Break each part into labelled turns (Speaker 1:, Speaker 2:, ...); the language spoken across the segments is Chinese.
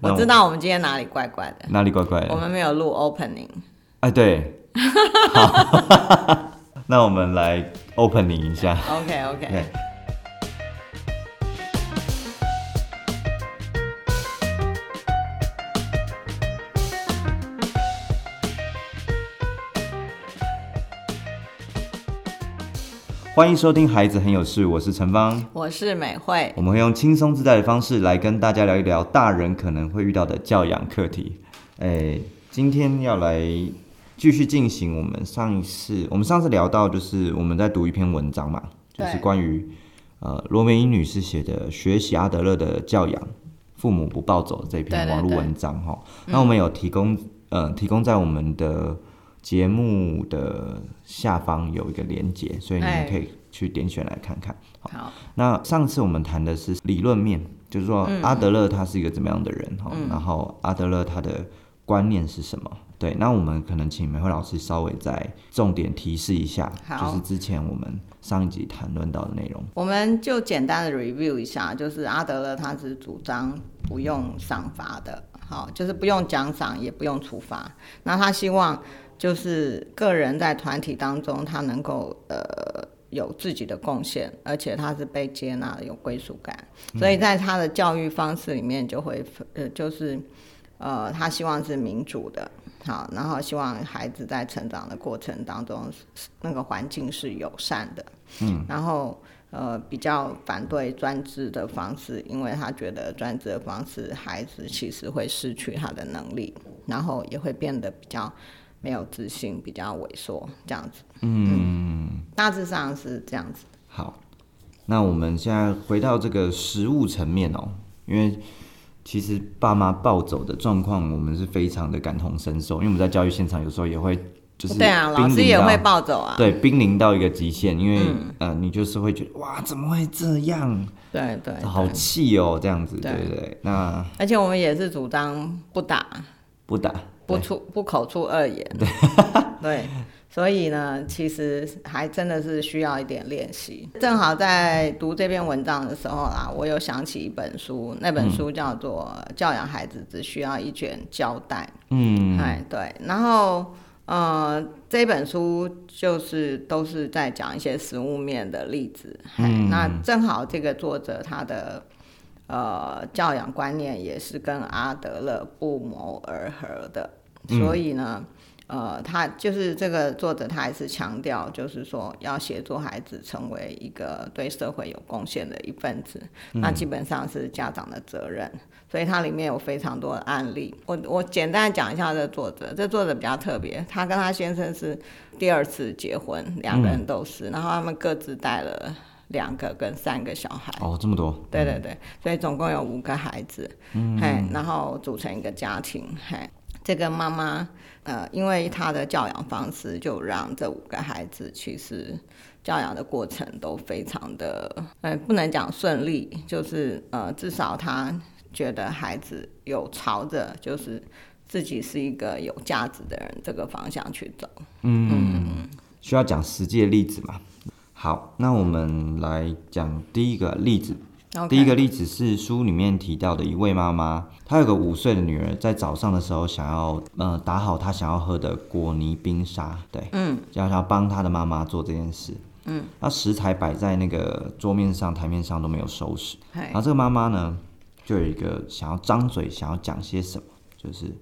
Speaker 1: 我知道我们今天哪里怪怪的，
Speaker 2: 哪里怪怪
Speaker 1: 我
Speaker 2: 的？
Speaker 1: 们没有录 opening。
Speaker 2: 哎，对，好， 那我们来 opening 一下。
Speaker 1: OK OK，
Speaker 2: 对，欢迎收听《孩子很有事》，我是陈芳。
Speaker 1: 我是美惠。
Speaker 2: 我们会用轻松自在的方式来跟大家聊一聊大人可能会遇到的教养课题。哎，今天要来继续进行我们上一次，我们上次聊到就是我们在读一篇文章嘛，就
Speaker 1: 对
Speaker 2: 是关于呃罗梅英女士写的《学习阿德勒的教养》，父母不暴走
Speaker 1: 对
Speaker 2: 这篇
Speaker 1: 对
Speaker 2: 网络
Speaker 1: 对嗯
Speaker 2: 文章哈。那我们有提供呃提供在我们的节目的下方有一个连接，所以你
Speaker 1: 哎
Speaker 2: 们可以去点选来看看。
Speaker 1: 好，
Speaker 2: 那上次我们谈的是理论面，就是说
Speaker 1: 嗯
Speaker 2: 阿德勒他是一个怎么样的人哈、然后阿德勒他的观念是什么？对，那我们可能请梅慧老师稍微再重点提示一下，
Speaker 1: 好
Speaker 2: 就是之前我们上一集谈论到的内容。
Speaker 1: 我们就简单的 review 一下，就是阿德勒他是主张不用赏罚的，好，就是不用奖赏，也不用处罚。那他希望就是个人在团体当中，他能够呃有自己的贡献，而且他是被接纳的，有归属感。所以在他的教育方式里面，就会呃就是呃他希望是民主的，好，然后希望孩子在成长的过程当中，那个环境是友善的，嗯，然后。呃，比较反对专制的方式，因为他觉得专制的方式，孩子其实会失去他的能力，然后也会变得比较没有自信，比较萎缩这样子。嗯，大致上是这样子。
Speaker 2: 好，那我们现在回到这个实物层面哦，因为其实爸妈暴走的状况，我们是非常的感同身受，因为我们在教育现场有时候也会就是
Speaker 1: 对啊，老
Speaker 2: 濒
Speaker 1: 师
Speaker 2: 临
Speaker 1: 也
Speaker 2: 到
Speaker 1: 会暴走啊。
Speaker 2: 对，濒临到一个极限，因为、呃，你就是会觉得哇，怎么会这样？
Speaker 1: 对对
Speaker 2: 好
Speaker 1: 对，
Speaker 2: 气哦，这样子，对
Speaker 1: 对
Speaker 2: 对对。那
Speaker 1: 而且我们也是主张不打、
Speaker 2: 不打，
Speaker 1: 不
Speaker 2: 对
Speaker 1: 出、不口出恶言。 对，所以呢，其实还真的是需要一点练习。正好在读这篇文章的时候啦，我有想起一本书，那
Speaker 2: 嗯
Speaker 1: 本书叫做《教养孩子只需要一卷胶带》。
Speaker 2: 嗯，
Speaker 1: 哎，对，然后呃，这本书就是都是在讲一些实物面的例子。哎
Speaker 2: 嗯
Speaker 1: 那正好这个作者他的呃教养观念也是跟阿德勒不谋而合的，所以呢。呃，他就是这个作者，他还是强调，就是说要协助孩子成为一个对社会有贡献的一份子，那基本上是家长的责任。所以它里面有非常多的案例。我我简单讲一下这作者，这作者比较特别，他跟他先生是第二次结婚，两个人都是，然后他们各自带了两个跟三个小孩。
Speaker 2: 哦，这么多，
Speaker 1: 对对对，所以总共有五个孩子，嗯、嘿，然后组成一个家庭，嘿，这个妈妈，呃，因为她的教养方式，就让这五个孩子其实教养的过程都非常的，呃，不能讲顺利，就是呃，至少她觉得孩子有朝着就是自己是一个有价值的人这个方向去走。
Speaker 2: 嗯需要讲实际的例子嘛。好，那我们来讲第一个例子。
Speaker 1: OK
Speaker 2: 第一个例子是书里面提到的一位妈妈，她有个五岁的女儿，在早上的时候想要呃打好她想要喝的果泥冰沙，对，嗯，要要帮她的妈妈做这件事，嗯，那食材摆在那个桌面上、台面上都没有收拾，
Speaker 1: 嘿
Speaker 2: 然，后这个妈妈呢，就有一个想要张嘴想要讲些什么，就是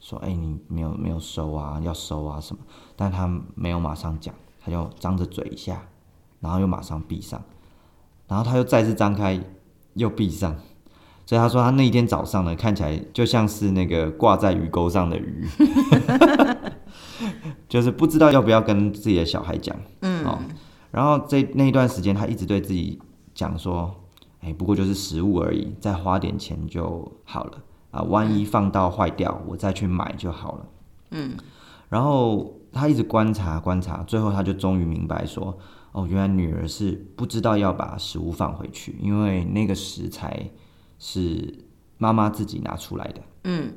Speaker 2: 说，哎、你没有没有收啊，要收啊什么，但她没有马上讲，她就张着嘴一下，然后又马上闭上，然后她又再次张开，又闭上。所以她说，她那一天早上呢，看起来就像是那个挂在鱼钩上的鱼， 就是不知道要不要跟自己的小孩讲。嗯、哦，然后这那一段时间，她一直对自己讲说，哎、不过就是食物而已，再花点钱就好了啊。万一放到坏掉，我再去买就好了。嗯，然后他一直观察观察，最后他就终于明白说，哦，原来女儿是不知道要把食物放回去，因为那个食材是妈妈自己拿出来的。
Speaker 1: 嗯，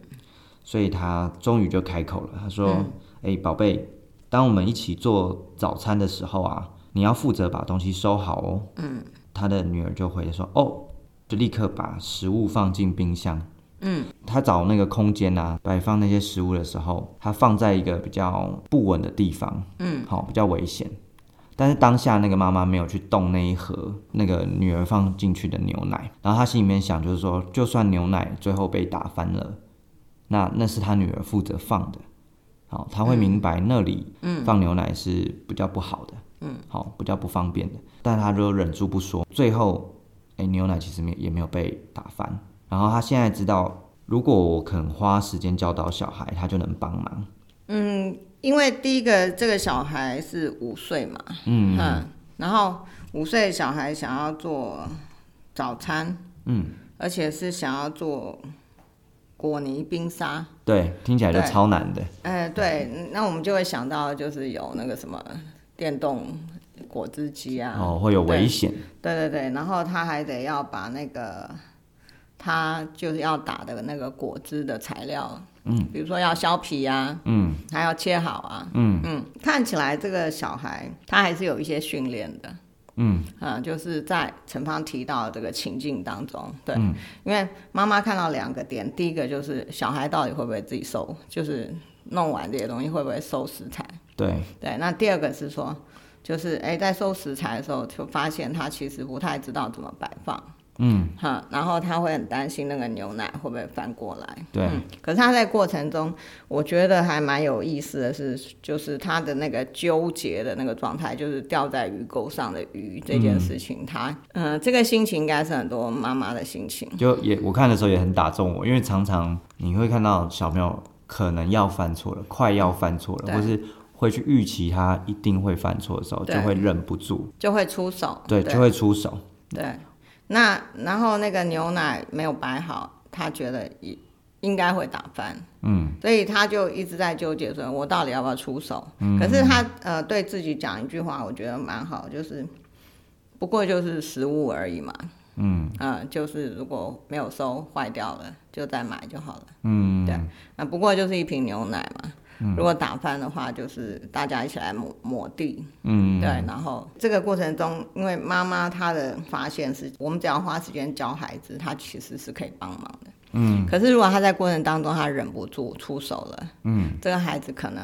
Speaker 2: 所以他终于就开口了，他说：“哎、宝贝，当我们一起做早餐的时候啊，你要负责把东西收好哦。”嗯，他的女儿就回说：“哦。”就立刻把食物放进冰箱。嗯，他找那个空间啊，摆放那些食物的时候，他放在一个比较不稳的地方，嗯，好、比较危险。但是当下那个妈妈没有去动那一盒那个女儿放进去的牛奶，然后她心里面想就是说，就算牛奶最后被打翻了，那那是她女儿负责放的，好、她会明白那里放牛奶是比较不好的，嗯，好、比较不方便的，但她就忍住不说。最后，哎、牛奶其实没也没有被打翻，然后她现在知道，如果我肯花时间教导小孩，他就能帮忙，
Speaker 1: 嗯，因为第一个这个小孩是五岁嘛，嗯然后五岁的小孩想要做早餐，嗯，而且是想要做果泥冰沙，
Speaker 2: 对，听起来就
Speaker 1: 对
Speaker 2: 超难的，
Speaker 1: 哎、对，那我们就会想到就是有那个什么电动果汁机啊，
Speaker 2: 哦，会有危险，
Speaker 1: 对对对，然后他还得要把那个他就是要打的那个果汁的材料，嗯，比如说要削皮啊，嗯，还要切好啊，嗯嗯，看起来这个小孩他还是有一些训练的。嗯，啊、就是在陈芳提到的这个情境当中，对，因为妈妈看到两个点，第一个就是小孩到底会不会自己收，就是弄完这些东西会不会收食材，
Speaker 2: 对。
Speaker 1: 对，那第二个是说，就是哎，在收食材的时候，就发现他其实不太知道怎么摆放，嗯，哈，然后他会很担心那个牛奶会不会翻过来，
Speaker 2: 对
Speaker 1: 嗯，可是他在过程中，我觉得还蛮有意思的是，就是他的那个纠结的那个状态，就是掉在鱼钩上的鱼这件事情，他，嗯、这个心情应该是很多妈妈的心情，
Speaker 2: 就也我看的时候也很打中我，因为常常你会看到小朋友可能要犯错了，快要犯错了，
Speaker 1: 对
Speaker 2: 或是会去预期他一定会犯错的时候，就
Speaker 1: 对
Speaker 2: 会忍不住，
Speaker 1: 就会出手，
Speaker 2: 对，就会出手，
Speaker 1: 对，那然后那个牛奶没有摆好，他觉得应应该会打翻，嗯，所以他就一直在纠结说，我到底要不要出手？可是他呃对自己讲一句话，我觉得蛮好，就是不过就是食物而已嘛，嗯，呃，就是如果没有收坏掉了，就再买就好了，嗯，对，那不过就是一瓶牛奶嘛。如果打翻的话，就是大家一起来抹抹地，
Speaker 2: 嗯，
Speaker 1: 对，然后这个过程中，因为妈妈她的发现是，我们只要花时间教孩子，他其实是可以帮忙的。嗯，可是如果他在过程当中他忍不住出手了，嗯，这个孩子可能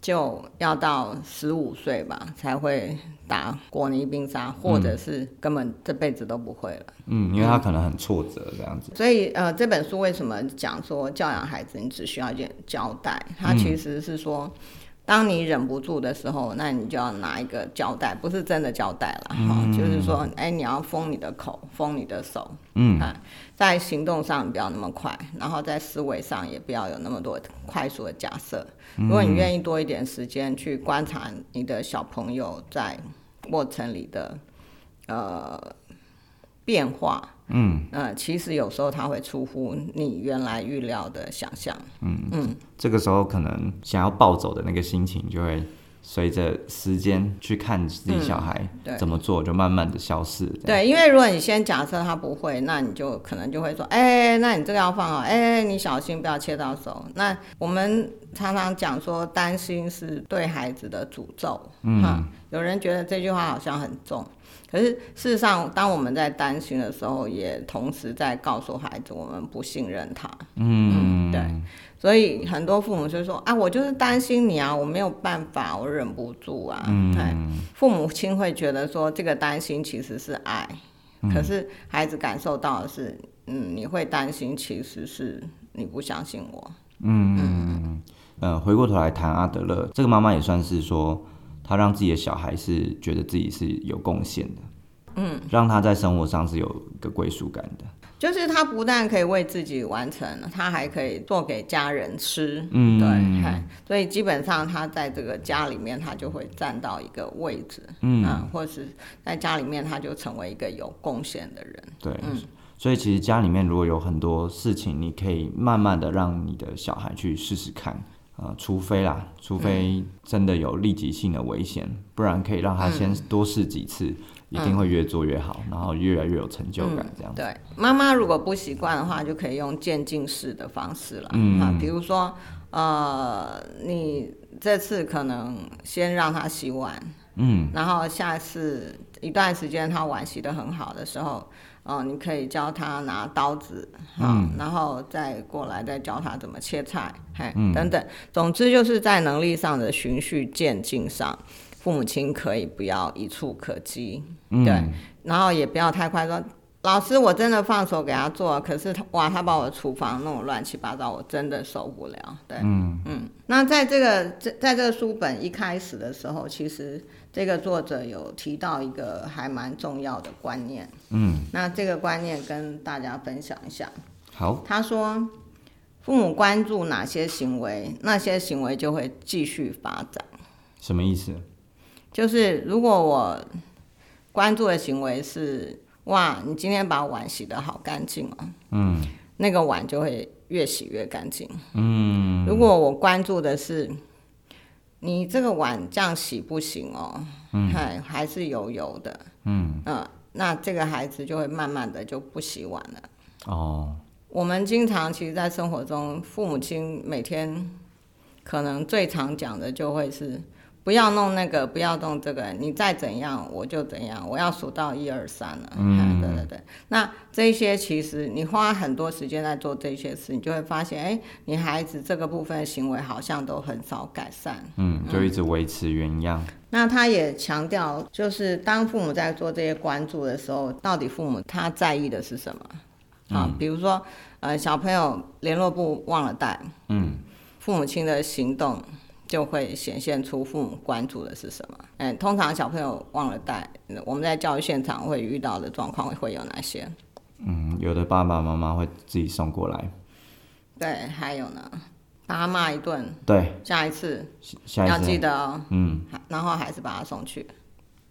Speaker 1: 就要到十五岁吧才会打果泥冰沙，或者是根本这辈子都不会了。
Speaker 2: 嗯，因为他可能很挫折这样子，
Speaker 1: 所以呃，这本书为什么讲说教养孩子，你只需要一点交代？它其实是说，当你忍不住的时候，那你就要拿一个胶带，不是真的胶带了哈、就是说，哎，你要封你的口，封你的手，嗯、啊，在行动上不要那么快，然后在思维上也不要有那么多快速的假设。如果你愿意多一点时间去观察你的小朋友在过程里的呃变化，呃，其实有时候它会出乎你原来预料的想象。
Speaker 2: 这个时候可能想要暴走的那个心情就会。随着时间去看自己小孩
Speaker 1: 嗯对
Speaker 2: 怎么做，就慢慢的消失。这样，
Speaker 1: 对，因为如果你先假设他不会，那你就可能就会说，哎、那你这个要放好，哎、你小心不要切到手。那我们常常讲说，担心是对孩子的诅咒。嗯，有人觉得这句话好像很重，可是事实上，当我们在担心的时候，也同时在告诉孩子，我们不信任他。嗯，对。所以很多父母就说啊，我就是担心你啊，我没有办法，我忍不住啊。嗯，父母亲会觉得说这个担心其实是爱，可是孩子感受到的是，嗯，你会担心其实是你不相信我。
Speaker 2: 呃，回过头来谈阿德勒，这个妈妈也算是说，她让自己的小孩是觉得自己是有贡献的，嗯，让他在生活上是有一个归属感的，
Speaker 1: 就是他不但可以为自己完成，他还可以做给家人吃，
Speaker 2: 嗯
Speaker 1: 对，嗨所以基本上他在这个家里面，他就会站到一个位置，嗯、或是在家里面他就成为一个有贡献的人，
Speaker 2: 对，所以其实家里面如果有很多事情，你可以慢慢的让你的小孩去试试看，呃，除非啦，除非真的有立即性的危险，
Speaker 1: 嗯
Speaker 2: 不然可以让他先多试几次，一定会越做越好，然后越来越有成就感，这样子，
Speaker 1: 对，妈妈如果不习惯的话，就可以用渐进式的方式了。嗯、啊，比如说，呃，你这次可能先让他洗碗，嗯，然后下次一段时间他碗洗得很好的时候，哦、你可以教他拿刀子，啊、然后再过来再教他怎么切菜，嘿，等等。总之就是在能力上的循序渐进上，父母亲可以不要一触可及，对，
Speaker 2: 嗯
Speaker 1: 然后也不要太快说。老师，我真的放手给他做，可是他哇，他把我厨房弄得乱七八糟，我真的受不了。对，嗯嗯。那在这个在在这个书本一开始的时候，其实这个作者有提到一个还蛮重要的观念。嗯，那这个观念跟大家分享一下。
Speaker 2: 好，
Speaker 1: 他说，父母关注哪些行为，那些行为就会继续发展。
Speaker 2: 什么意思？
Speaker 1: 就是如果我关注的行为是哇，你今天把碗洗得好干净哦，
Speaker 2: 嗯
Speaker 1: 那个碗就会越洗越干净。
Speaker 2: 嗯
Speaker 1: 如果我关注的是你这个碗这样洗不行哦，嗯，还是油油的，
Speaker 2: 嗯，
Speaker 1: 嗯，那这个孩子就会慢慢的就不洗碗了。
Speaker 2: 哦，
Speaker 1: 我们经常其实，在生活中，父母亲每天可能最常讲的就会是不要弄那个，不要动这个，你再怎样我就怎样，我要数到一二三了。
Speaker 2: 嗯
Speaker 1: 哎对对对。那这些其实你花很多时间在做这些事，你就会发现，哎，你孩子这个部分的行为好像都很少改善。
Speaker 2: 嗯，就一直维持原样，
Speaker 1: 那他也强调，就是当父母在做这些关注的时候，到底父母他在意的是什么？啊，比如说，呃，小朋友联络簿忘了带，
Speaker 2: 嗯
Speaker 1: 父母亲的行动就会显现出父母关注的是什么。嗯，通常小朋友忘了带，我们在教育现场会遇到的状况会有哪些？
Speaker 2: 嗯，有的爸爸妈妈会自己送过来，
Speaker 1: 对，还有呢，把他骂一顿，
Speaker 2: 对，
Speaker 1: 下一次
Speaker 2: 下下
Speaker 1: 要
Speaker 2: 一
Speaker 1: 记
Speaker 2: 次，
Speaker 1: 得哦，
Speaker 2: 嗯，
Speaker 1: 然后还是把他送去。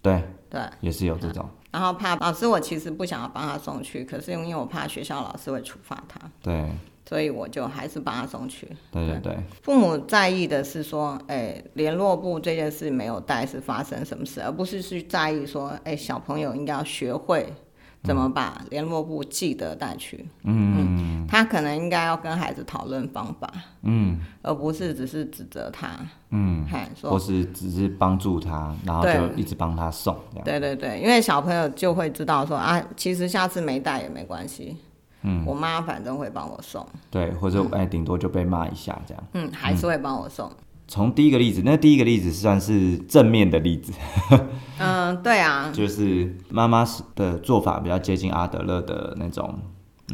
Speaker 2: 对，
Speaker 1: 对，
Speaker 2: 也是有这种，
Speaker 1: 然后怕老师，我其实不想要帮他送去，可是因为我怕学校老师会处罚他，
Speaker 2: 对
Speaker 1: 所以我就还是帮他送去。
Speaker 2: 对对对，
Speaker 1: 父母在意的是说，哎，联络部这件事没有带是发生什么事，而不是去在意说，哎，小朋友应该要学会怎么把联络部记得带去。
Speaker 2: 嗯
Speaker 1: 他可能应该要跟孩子讨论方法，
Speaker 2: 嗯
Speaker 1: 而不是只是指责他，
Speaker 2: 嗯，
Speaker 1: 看
Speaker 2: 或
Speaker 1: 说。
Speaker 2: 是只是帮助他，然后就
Speaker 1: 对
Speaker 2: 一直帮他送这样，
Speaker 1: 对对对，因为小朋友就会知道说啊，其实下次没带也没关系，嗯，我妈反正会帮我送，
Speaker 2: 对，或者哎，顶多就被骂一下这样。
Speaker 1: 嗯，还是会帮我送。
Speaker 2: 从第一个例子，那第一个例子算是正面的例子，
Speaker 1: 嗯，对啊，
Speaker 2: 就是妈妈的做法比较接近阿德勒的那种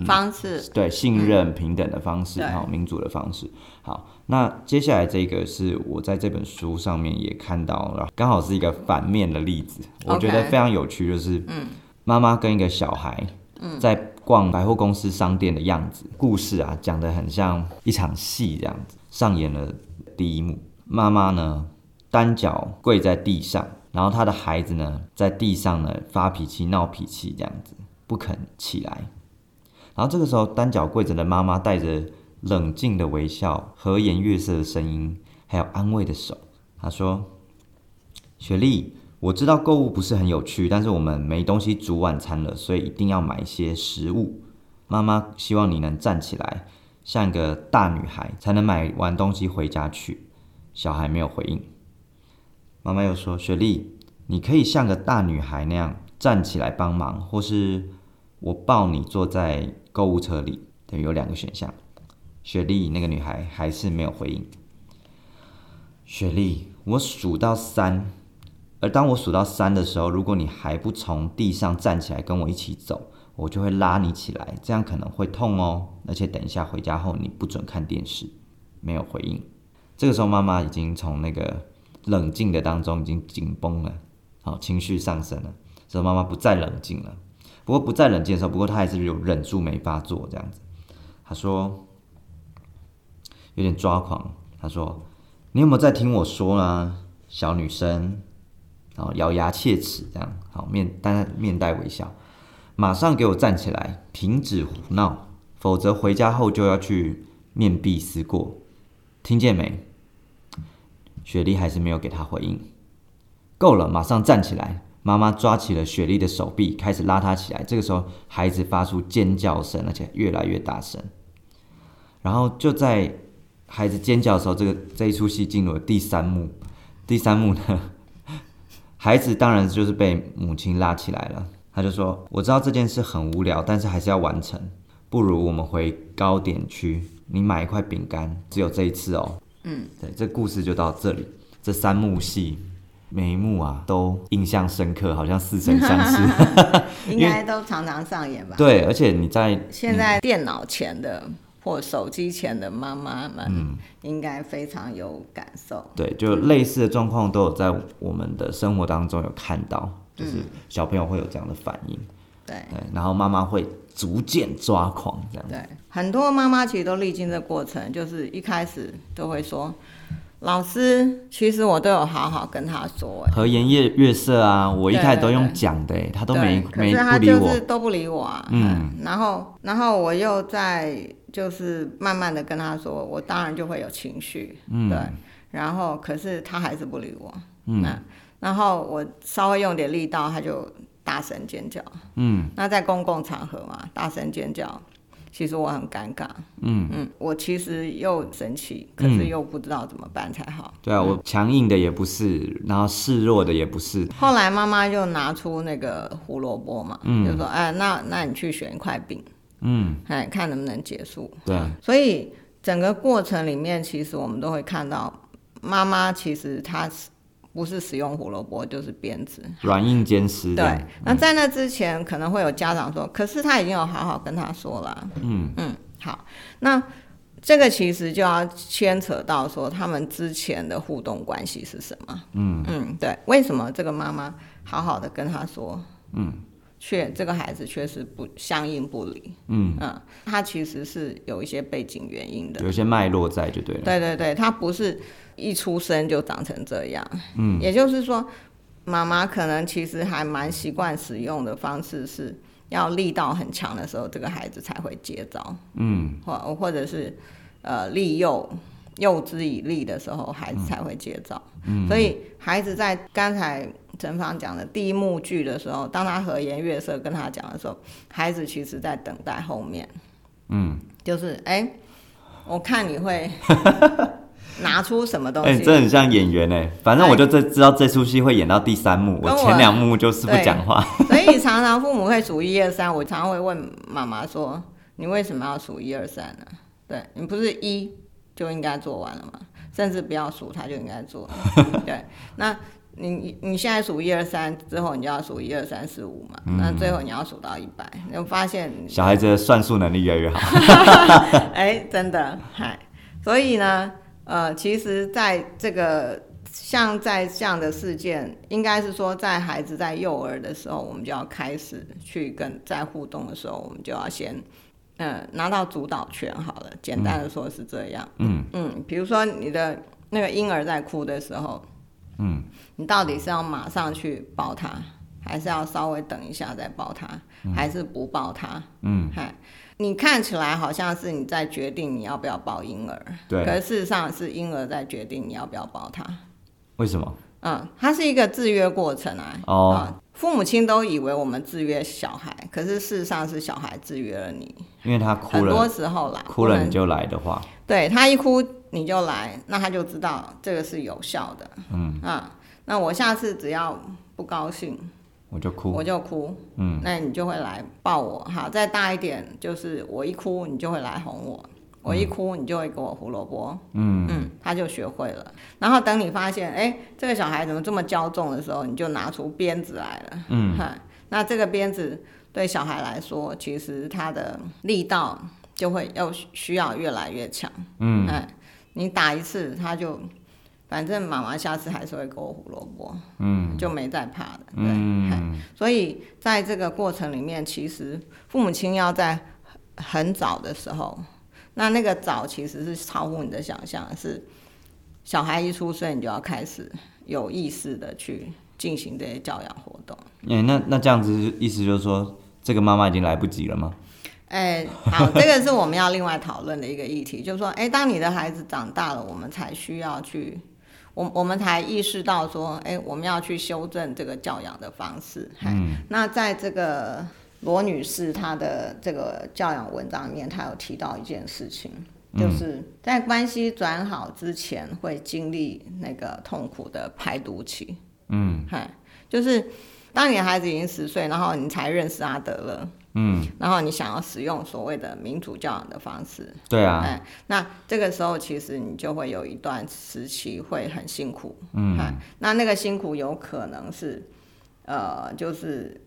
Speaker 1: 方式
Speaker 2: 对信任平等的方式，
Speaker 1: 对
Speaker 2: 还有民主的方式。好，那接下来这个是我在这本书上面也看到了，刚好是一个反面的例子，我
Speaker 1: OK
Speaker 2: 觉得非常有趣，就是妈妈跟一个小孩在逛百货公司商店的样子，故事啊讲的很像一场戏这样子，上演了第一幕。妈妈呢单脚跪在地上，然后她的孩子呢在地上呢发脾气、闹脾气这样子，不肯起来。然后这个时候，单脚跪着的妈妈带着冷静的微笑、和颜悦色的声音，还有安慰的手，她说：“雪莉，我知道购物不是很有趣，但是我们没东西煮晚餐了，所以一定要买一些食物。妈妈希望你能站起来，像一个大女孩，才能买完东西回家去。”小孩没有回应。妈妈又说：“雪莉，你可以像个大女孩那样站起来帮忙，或是我抱你坐在购物车里，等于有两个选项。雪莉那个女孩还是没有回应。雪莉，我数到三，而当我数到三的时候，如果你还不从地上站起来跟我一起走，我就会拉你起来，这样可能会痛哦。而且等一下回家后你不准看电视。没有回应。这个时候妈妈已经从那个冷静的当中已经紧绷了，好情绪上升了，所以妈妈不再冷静了。不过不再冷静的时候，不过她还是有忍住没发作这样子。她说有点抓狂，她说你有没有在听我说呢，小女生？然后咬牙切齿这样，好面但面带微笑，马上给我站起来，停止胡闹，否则回家后就要去面壁思过。听见没？雪莉还是没有给他回应。够了，马上站起来！妈妈抓起了雪莉的手臂，开始拉她起来。这个时候，孩子发出尖叫声，而且越来越大声。然后就在孩子尖叫的时候，这个这一出戏进入了第三幕。 第三幕呢，孩子当然就是被母亲拉起来了，他就说：“我知道这件事很无聊，但是还是要完成。不如我们回糕点区，你买一块饼干，只有这一次哦。”嗯，对，这故事就到这里。这三幕戏，每一幕啊都印象深刻，好像似曾相识。
Speaker 1: 应该都常常上演吧？
Speaker 2: 对，而且你在
Speaker 1: 现在电脑前的或手机前的妈妈们，应该非常有感受。
Speaker 2: 对，就类似的状况都有在我们的生活当中有看到，就是
Speaker 1: 嗯
Speaker 2: 小朋友会有这样的反应，
Speaker 1: 对
Speaker 2: 对，然后妈妈会逐渐抓狂这样。
Speaker 1: 对，很多妈妈其实都历经这过程，就是一开始都会说：“老师，其实我都有好好跟他说、欸，
Speaker 2: 和颜悦悦色啊，我一
Speaker 1: 对
Speaker 2: 开始都
Speaker 1: 对
Speaker 2: 用
Speaker 1: 对
Speaker 2: 讲的欸，他都
Speaker 1: 对
Speaker 2: 没
Speaker 1: 可
Speaker 2: 没
Speaker 1: 是
Speaker 2: 不
Speaker 1: 他
Speaker 2: 理
Speaker 1: 就
Speaker 2: 我
Speaker 1: 是。都不理我啊。
Speaker 2: 嗯
Speaker 1: 嗯，然后然后我又在就是慢慢的跟他说，我当然就会有情绪，
Speaker 2: 嗯
Speaker 1: 对。然后可是他还是不理我，
Speaker 2: 嗯
Speaker 1: 那然后我稍微用点力道，他就大声尖叫。
Speaker 2: 嗯
Speaker 1: 那在公共场合嘛，大声尖叫，其实我很尴尬。
Speaker 2: 嗯
Speaker 1: 嗯，我其实又生气，可是又不知道怎么办才好。
Speaker 2: 对啊，我强硬的也不是，然后示弱的也不是，
Speaker 1: 后来妈妈就拿出那个胡萝卜嘛，
Speaker 2: 嗯
Speaker 1: 就说：“哎，那那你去选一块饼，
Speaker 2: 嗯，
Speaker 1: 哎，看能不能结束。
Speaker 2: 对，”啊
Speaker 1: 所以整个过程里面，其实我们都会看到，妈妈其实她是不是使用胡萝卜就是鞭子。
Speaker 2: 软硬兼施这样。
Speaker 1: 对，那在那之前可能会有家长说，可是他已经有好好跟他说了。
Speaker 2: 嗯
Speaker 1: 嗯，好，那这个其实就要牵扯到说他们之前的互动关系是什么。
Speaker 2: 嗯
Speaker 1: 嗯，对，为什么这个妈妈好好的跟他说，
Speaker 2: 嗯，
Speaker 1: 却这个孩子确实不相应不理，
Speaker 2: 嗯，
Speaker 1: 嗯，他其实是有一些背景原因的。
Speaker 2: 有一些脉络在就对了。
Speaker 1: 对对对，他不是一出生就长成这样。嗯，也就是说，妈妈可能其实还蛮习惯使用的方式是要力道很强的时候，这个孩子才会接招，
Speaker 2: 嗯
Speaker 1: 或或者是呃利诱。诱之以利的时候，孩子才会接招。嗯、所以孩子在刚才陈芳讲的第一幕剧的时候，当他和颜悦色跟他讲的时候，孩子其实在等待后面。
Speaker 2: 嗯，
Speaker 1: 就是哎、我看你 会拿出什么东
Speaker 2: 哎、
Speaker 1: 西，
Speaker 2: 这很像演员哎，反正我就这知道这出戏会演到第三幕，我
Speaker 1: 跟我
Speaker 2: 前两幕就是不
Speaker 1: 对
Speaker 2: 讲话。
Speaker 1: 所以常常父母会数一二三。我常常会问妈妈说：“你为什么要数一二三呢？”对你不是一就应该做完了吗？甚至不要数，他就应该做了。对，那你你你现在数一二三之后，你就要数一二三四五嘛。那最后你要数到一百，你就发现你
Speaker 2: 小孩子的算术能力越来越好。
Speaker 1: 哎，真的，嗨，所以呢，呃，其实在这个像在这样的事件，应该是说在孩子在幼儿的时候，我们就要开始去跟在互动的时候，我们就要先。嗯，拿到主导权好了，简单的说是这样。
Speaker 2: 嗯
Speaker 1: 嗯，比如说你的那个婴儿在哭的时候，
Speaker 2: 嗯
Speaker 1: 你到底是要马上去抱他，还是要稍微等一下再抱他，还是不抱他？
Speaker 2: 嗯，
Speaker 1: 嗨，你看起来好像是你在决定你要不要抱婴儿，可
Speaker 2: 对，
Speaker 1: 是事实上是婴儿在决定你要不要抱他。
Speaker 2: 为什么？
Speaker 1: 嗯，它是一个制约过程啊。
Speaker 2: 哦
Speaker 1: 啊父母亲都以为我们制约小孩，可是事实上是小孩制约了你。
Speaker 2: 因为他哭
Speaker 1: 很
Speaker 2: 了，
Speaker 1: 多时候啦，
Speaker 2: 哭
Speaker 1: 我
Speaker 2: 了
Speaker 1: 们
Speaker 2: 你就来的话，
Speaker 1: 对他一哭你就来，那他就知道这个是有效的。嗯啊，那我下次只要不高兴，
Speaker 2: 我就哭。
Speaker 1: 我就哭。
Speaker 2: 嗯，
Speaker 1: 那你就会来抱我。好，再大一点，就是我一哭你就会来哄我，我一哭你就会给我胡萝卜。
Speaker 2: 嗯
Speaker 1: 嗯，他就学会了。然后等你发现，哎、这个小孩怎么这么骄纵的时候，你就拿出鞭子来了。
Speaker 2: 嗯
Speaker 1: 哈，那这个鞭子对小孩来说，其实它的力道就会要需要越来越强。
Speaker 2: 嗯
Speaker 1: 哎，你打一次他就，反正妈妈下次还是会给我胡萝卜，
Speaker 2: 嗯
Speaker 1: 就没再怕了。对。嗨
Speaker 2: 嗯
Speaker 1: 所以在这个过程里面，其实父母亲要在很早的时候，那那个早其实是超乎你的想象，是小孩一出生你就要开始有意识的去进行这些教养活动。
Speaker 2: 哎、那那这样子意思就是说，这个妈妈已经来不及了吗？
Speaker 1: 哎，好，这个是我们要另外讨论的一个议题，就是说，哎，当你的孩子长大了，我们才需要去，我我们才意识到说，哎，我们要去修正这个教养的方式。嗯，那在这个罗女士她的这个教养文章里面，她有提到一件事情，就是在关系转好之前，会经历那个痛苦的排毒期。
Speaker 2: 嗯
Speaker 1: 嗨，就是当你的孩子已经十岁，然后你才认识阿德勒，嗯，然后你想要使用所谓的民主教养的方式，
Speaker 2: 对啊，
Speaker 1: 哎，那这个时候其实你就会有一段时期会很辛苦，嗯，那那个辛苦有可能是，呃，就是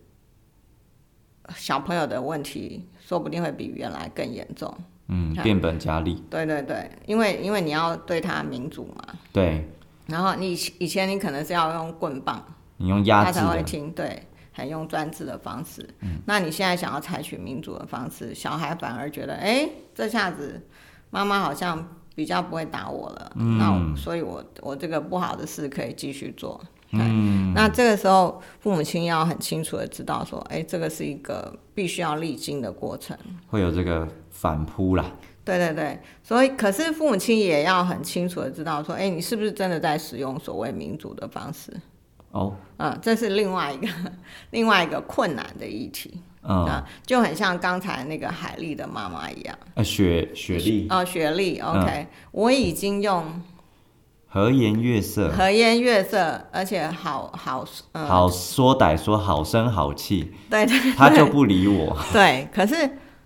Speaker 1: 小朋友的问题，说不定会比原来更严重。
Speaker 2: 嗯，变本加厉，
Speaker 1: 对对对，因为因为你要对他民主嘛，
Speaker 2: 对
Speaker 1: 然后你以前以前你可能是要用棍棒，
Speaker 2: 你用压
Speaker 1: 他
Speaker 2: 制
Speaker 1: 才会
Speaker 2: 的，
Speaker 1: 听，对，很用专制的方式。那你现在想要采取民主的方式，小孩反而觉得，哎、这下子妈妈好像比较不会打我了，
Speaker 2: 嗯
Speaker 1: 那我所以我我这个不好的事可以继续做。嗯，那这个时候父母亲要很清楚的知道说，哎、这个是一个必须要历经的过程。
Speaker 2: 会有这个反扑啦，
Speaker 1: 对对对，所以可是父母亲也要很清楚的知道说，哎，你是不是真的在使用所谓民主的方式？
Speaker 2: 哦，
Speaker 1: 嗯，这是另外一个另外一个困难的议题
Speaker 2: 嗯，
Speaker 1: 啊、就很像刚才那个海丽的妈妈一样。
Speaker 2: 呃，雪雪莉嗯
Speaker 1: 哦，学历，OK，、我已经用
Speaker 2: 和颜悦色，
Speaker 1: 和颜悦色，而且好好，嗯，
Speaker 2: 好说歹说，好声好气，
Speaker 1: 对对
Speaker 2: 他就不理我，
Speaker 1: 对。可是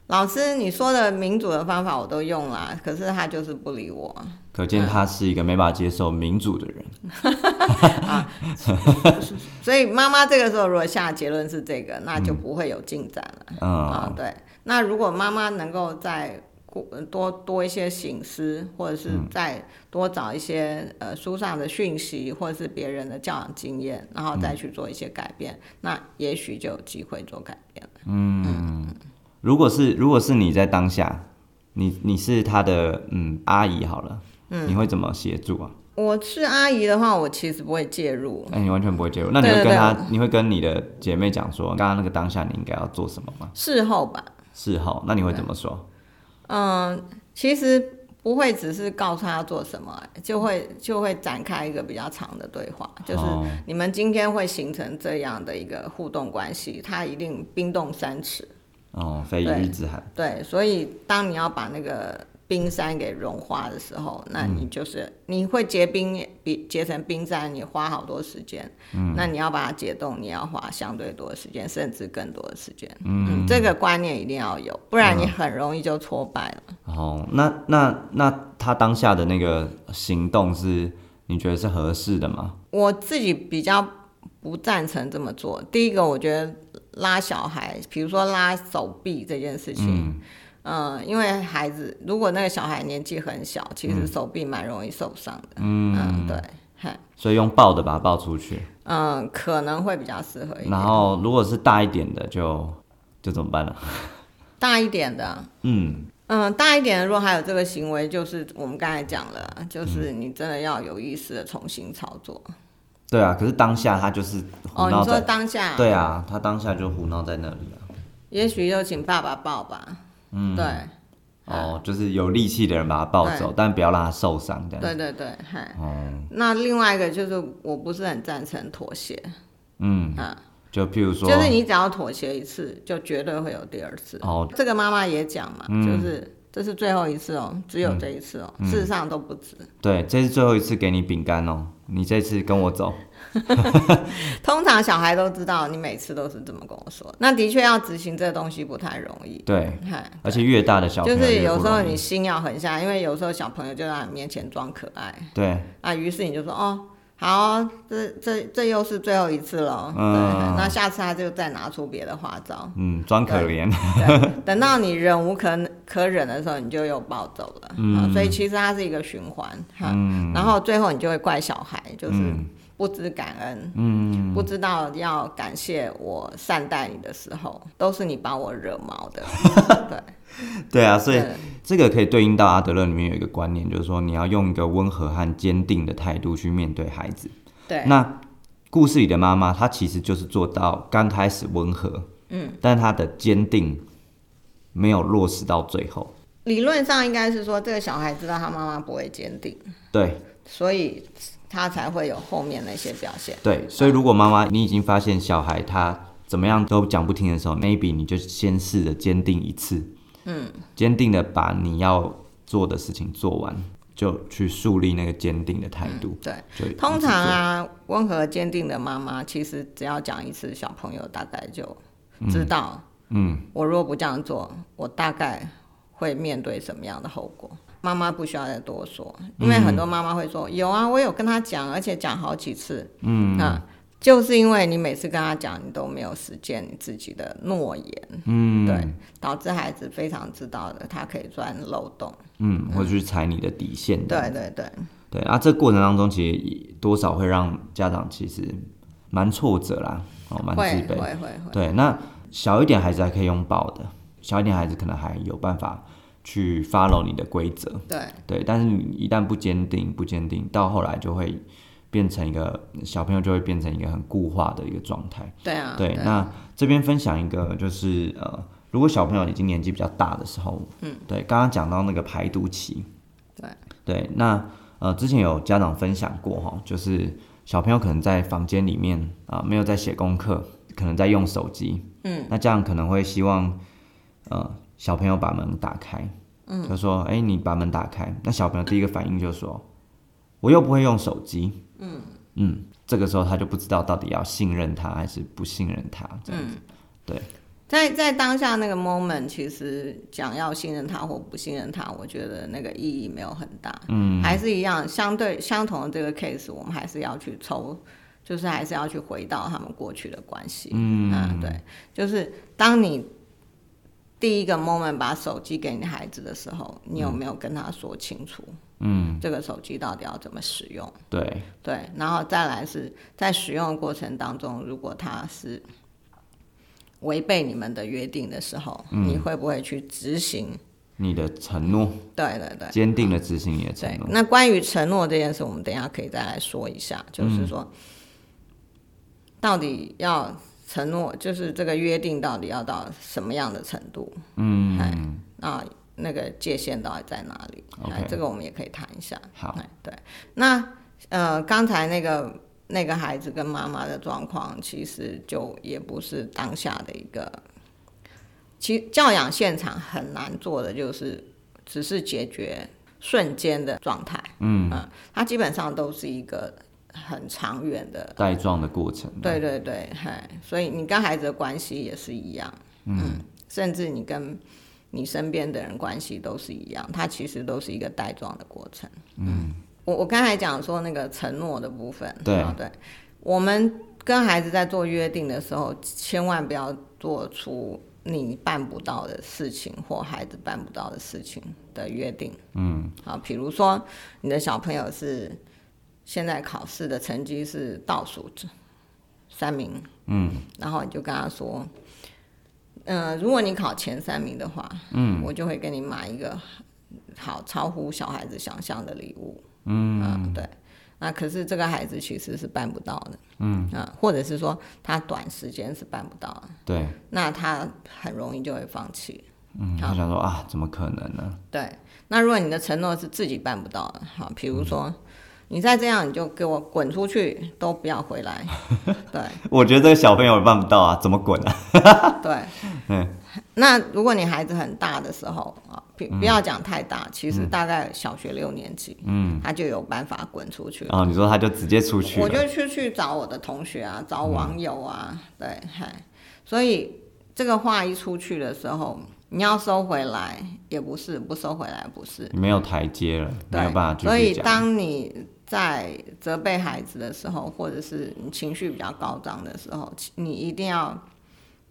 Speaker 1: 老师你说的民主的方法我都用了，可是他就是不理我。
Speaker 2: 可见他是一个没办法接受民主的人。
Speaker 1: 所以妈妈这个时候如果下结论是这个，那就不会有进展了。啊
Speaker 2: 嗯，，
Speaker 1: 对。那如果妈妈能够再过多多一些醒思，或者是再多找一些呃书上的讯息，或者是别人的教养经验，然后再去做一些改变，那也许就有机会做改变了。
Speaker 2: 如果是如果是你在当下，你你是他的嗯阿姨好了，
Speaker 1: 嗯
Speaker 2: 你会怎么协助啊？
Speaker 1: 我是阿姨的话，我其实不会介入。
Speaker 2: 那、你完全不会介入，那你会
Speaker 1: 对对
Speaker 2: 跟
Speaker 1: 对
Speaker 2: 他，你会跟你的姐妹讲说，刚刚那个当下你应该要做什么吗？
Speaker 1: 事后吧，
Speaker 2: 事后，那你会怎么说？
Speaker 1: 嗯，其实不会只是告诉他做什么，就会就会展开一个比较长的对话，就是
Speaker 2: 哦
Speaker 1: 你们今天会形成这样的一个互动关系，他一定冰冻三尺，
Speaker 2: 哦，非一
Speaker 1: 对
Speaker 2: 日之寒，
Speaker 1: 对，所以当你要把那个冰山给融化的时候，那你就是、你会结冰，比结成冰山，你花好多时间。嗯，那你要把它解冻，你要花相对多的时间，甚至更多的时间。嗯这个观念一定要有，不然你很容易就挫败了。
Speaker 2: 哦，那那那他当下的那个行动是你觉得是合适的吗？
Speaker 1: 我自己比较不赞成这么做。第一个，我觉得拉小孩，比如说拉手臂这件事情。嗯因为孩子如果那个小孩年纪很
Speaker 2: 嗯
Speaker 1: 小，其实手臂蛮容易受伤的。嗯对，嘿
Speaker 2: 所以用抱的把他抱出去，
Speaker 1: 嗯，可能会比较适合一
Speaker 2: 然
Speaker 1: 点。
Speaker 2: 后如果是大一点的就就怎么办呢？
Speaker 1: 大一点的，
Speaker 2: 嗯，
Speaker 1: 嗯，大一点的如果还有这个行为，就是我们刚才讲了，就是
Speaker 2: 嗯
Speaker 1: 你真的要有意识的重新操作。
Speaker 2: 对啊，可是当下他就是胡
Speaker 1: 哦，
Speaker 2: 闹
Speaker 1: 你说
Speaker 2: 在，
Speaker 1: 当下，
Speaker 2: 对啊，他当下就胡闹在那里啊了。
Speaker 1: 也许就请爸爸抱吧。嗯，对，
Speaker 2: 哦，就是有力气的人把他抱走，但不要让他受伤，这样。
Speaker 1: 对对对，嘿。
Speaker 2: 哦
Speaker 1: 那另外一个就是，我不是很赞成妥协，
Speaker 2: 嗯，
Speaker 1: 啊
Speaker 2: 就譬如说，
Speaker 1: 就是你只要妥协一次，就绝对会有第二次。
Speaker 2: 哦，嗯
Speaker 1: 这个妈妈也讲嘛，就是这是最后一次哦，只有这一次哦，事实上都不止。
Speaker 2: 对，这是最后一次给你饼干哦，你这次跟我走。
Speaker 1: 通常小孩都知道，你每次都是这么跟我说，那的确要执行这个东西不太容易。
Speaker 2: 对，
Speaker 1: 嗨，
Speaker 2: 而且越大的小朋
Speaker 1: 就
Speaker 2: 友
Speaker 1: 是
Speaker 2: 越
Speaker 1: 有
Speaker 2: 不
Speaker 1: 时候
Speaker 2: 容易
Speaker 1: 你心要狠下，因为有时候小朋友就在你面前装可爱
Speaker 2: 对，
Speaker 1: 啊，于是你就说哦。好，这这这又是最后一次了，哦
Speaker 2: 嗯
Speaker 1: 对，那下次他就再拿出别的花招。
Speaker 2: 嗯，装可怜，
Speaker 1: 对，等到你忍无可可忍的时候，你就又暴走了。嗯，所以其实它是一个循环哈。
Speaker 2: 嗯
Speaker 1: 然后最后你就会怪小孩，就是不知感恩，嗯，不知道要感谢我善待你的时候，都是你把我惹毛 的。对，
Speaker 2: 对啊，所以
Speaker 1: 对
Speaker 2: 这个可以对应到阿德勒里面有一个观念，就是说你要用一个温和和坚定的态度去面对孩子。
Speaker 1: 对，
Speaker 2: 那故事里的妈妈，她其实就是做到刚开始温和，嗯，但她的坚定没有落实到最后。
Speaker 1: 理论上应该是说，这个小孩知道他妈妈不会坚定，
Speaker 2: 对
Speaker 1: 所以他才会有后面那些表现。
Speaker 2: 对，所以如果妈妈你已经发现小孩他怎么样都讲不听的时候，maybe 你就先试着坚定一次，嗯，坚定的把你要做的事情做完，就去树立那个坚定的态度。
Speaker 1: 对，
Speaker 2: 就一直
Speaker 1: 嗯通常
Speaker 2: 做
Speaker 1: 啊，温和坚定的妈妈，其实只要讲一次，小朋友大概就知道，
Speaker 2: 嗯，
Speaker 1: 我若不这样做，我大概会面对什么样的后果。妈妈不需要再多说，因为很多妈妈会说：“有啊，我有跟他讲，而且讲好几次。”嗯啊，就是因为你每次跟他讲，你都没有实践你自己的诺言，
Speaker 2: 嗯，
Speaker 1: 对，导致孩子非常知道的，他可以钻漏洞。
Speaker 2: 嗯，或者去踩你的底线这样
Speaker 1: 对对对，
Speaker 2: 对啊，这过程当中其实也多少会让家长其实蛮挫折啦，哦，蛮
Speaker 1: 会
Speaker 2: 自
Speaker 1: 会
Speaker 2: 卑。
Speaker 1: 会会，
Speaker 2: 对，那小一点孩子还可以用抱的，小一点孩子可能还有办法去 follow 你的规则，
Speaker 1: 对
Speaker 2: 对。但是你一旦不坚定，不坚定，到后来就会变成一个小朋友就会变成一个很固化的一个状态。
Speaker 1: 对啊，
Speaker 2: 对，那这边分享一个就是呃，如果小朋友已经年纪比较大的时候，嗯，对，刚刚讲到那个排毒期，
Speaker 1: 对
Speaker 2: 对，那呃之前有家长分享过哈，就是小朋友可能在房间里面啊、没有在写功课，可能在用手机，嗯，那这样可能会希望呃小朋友把门打开，嗯，就说哎、你把门打开，那小朋友第一个反应就说我又不会用手机，嗯嗯。这个时候他就不知道到底要信任他还是不信任他，这样子。
Speaker 1: 在在当下那个 moment，其实讲要信任他或不信任他，我觉得那个意义没有很大。嗯，还是一样，相对相同的这个 case，我们还是要去抽，就是还是要去回到他们过去的关系。嗯对，就是当你第一个 moment 把手机给你孩子的时候，你
Speaker 2: 嗯
Speaker 1: 有没有跟他说清楚？嗯，这个手机到底要怎么使用？
Speaker 2: 对，
Speaker 1: 对，然后再来是在使用的过程当中，如果他是违背你们的约定的时候，你会不会去执行？
Speaker 2: 你的承诺，
Speaker 1: 对对对。
Speaker 2: 坚定的执行你的承
Speaker 1: 对
Speaker 2: 诺，。
Speaker 1: 那关于承诺这件事，我们等一下可以再来说一下，就是说，
Speaker 2: 嗯
Speaker 1: 到底要承诺，就是这个约定到底要到什么样的程度？嗯，那那个界限到底在哪里？哎
Speaker 2: OK
Speaker 1: 这个我们也可以谈一下。
Speaker 2: 好
Speaker 1: 哎，对，那呃，刚才那个那个孩子跟妈妈的状况，其实就也不是当下的一个，其教养现场很难做的就是只是解决瞬间的状态，嗯、呃，它基本上都是一个很长远的
Speaker 2: 带状的过程。
Speaker 1: 对对对，嗨，所以你跟孩子的关系也是一样，嗯，甚至你跟你身边的人关系都是一样，它其实都是一个带状的过程。嗯，我我刚才讲说那个承诺的部分，
Speaker 2: 对
Speaker 1: 啊对，我们跟孩子在做约定的时候，千万不要做出你办不到的事情或孩子办不到的事情的约定。嗯，啊，比如说你的小朋友是。现在考试的成绩是倒数三名，嗯，然后你就跟他说，嗯、如果你考前三名的话，嗯，我就会给你买一个好超乎小孩子想象的礼物，嗯、对。那可是这个孩子其实是办不到的，嗯啊，或者是说他短时间是办不到的，
Speaker 2: 对，
Speaker 1: 那他很容易就会放弃，
Speaker 2: 嗯，他想说啊，怎么可能呢？
Speaker 1: 对，那如果你的承诺是自己办不到的，好，比如说、你再这样，你就给我滚出去，都不要回 来。对
Speaker 2: 我觉得这个小朋友办不到啊，怎么滚啊？
Speaker 1: 对，
Speaker 2: 嗯，
Speaker 1: 那如果你孩子很大的时候啊，不
Speaker 2: 嗯
Speaker 1: 不要讲太大，其实大概小学六年级，嗯，他就有办法滚出去了。
Speaker 2: 然后你说他就直接出啊去
Speaker 1: 我
Speaker 2: 了，嗯
Speaker 1: 就去去找我的同学啊，找网友啊，对，嗨，所以这个话一出去的时候，你要收回来也不是，不收回来也不是，
Speaker 2: 你没有台阶了，没有
Speaker 1: 对，
Speaker 2: 办法
Speaker 1: 所
Speaker 2: 继
Speaker 1: 以
Speaker 2: 续讲。
Speaker 1: 当你在责备孩子的时候，或者是你情绪比较高涨的时候，其你一定要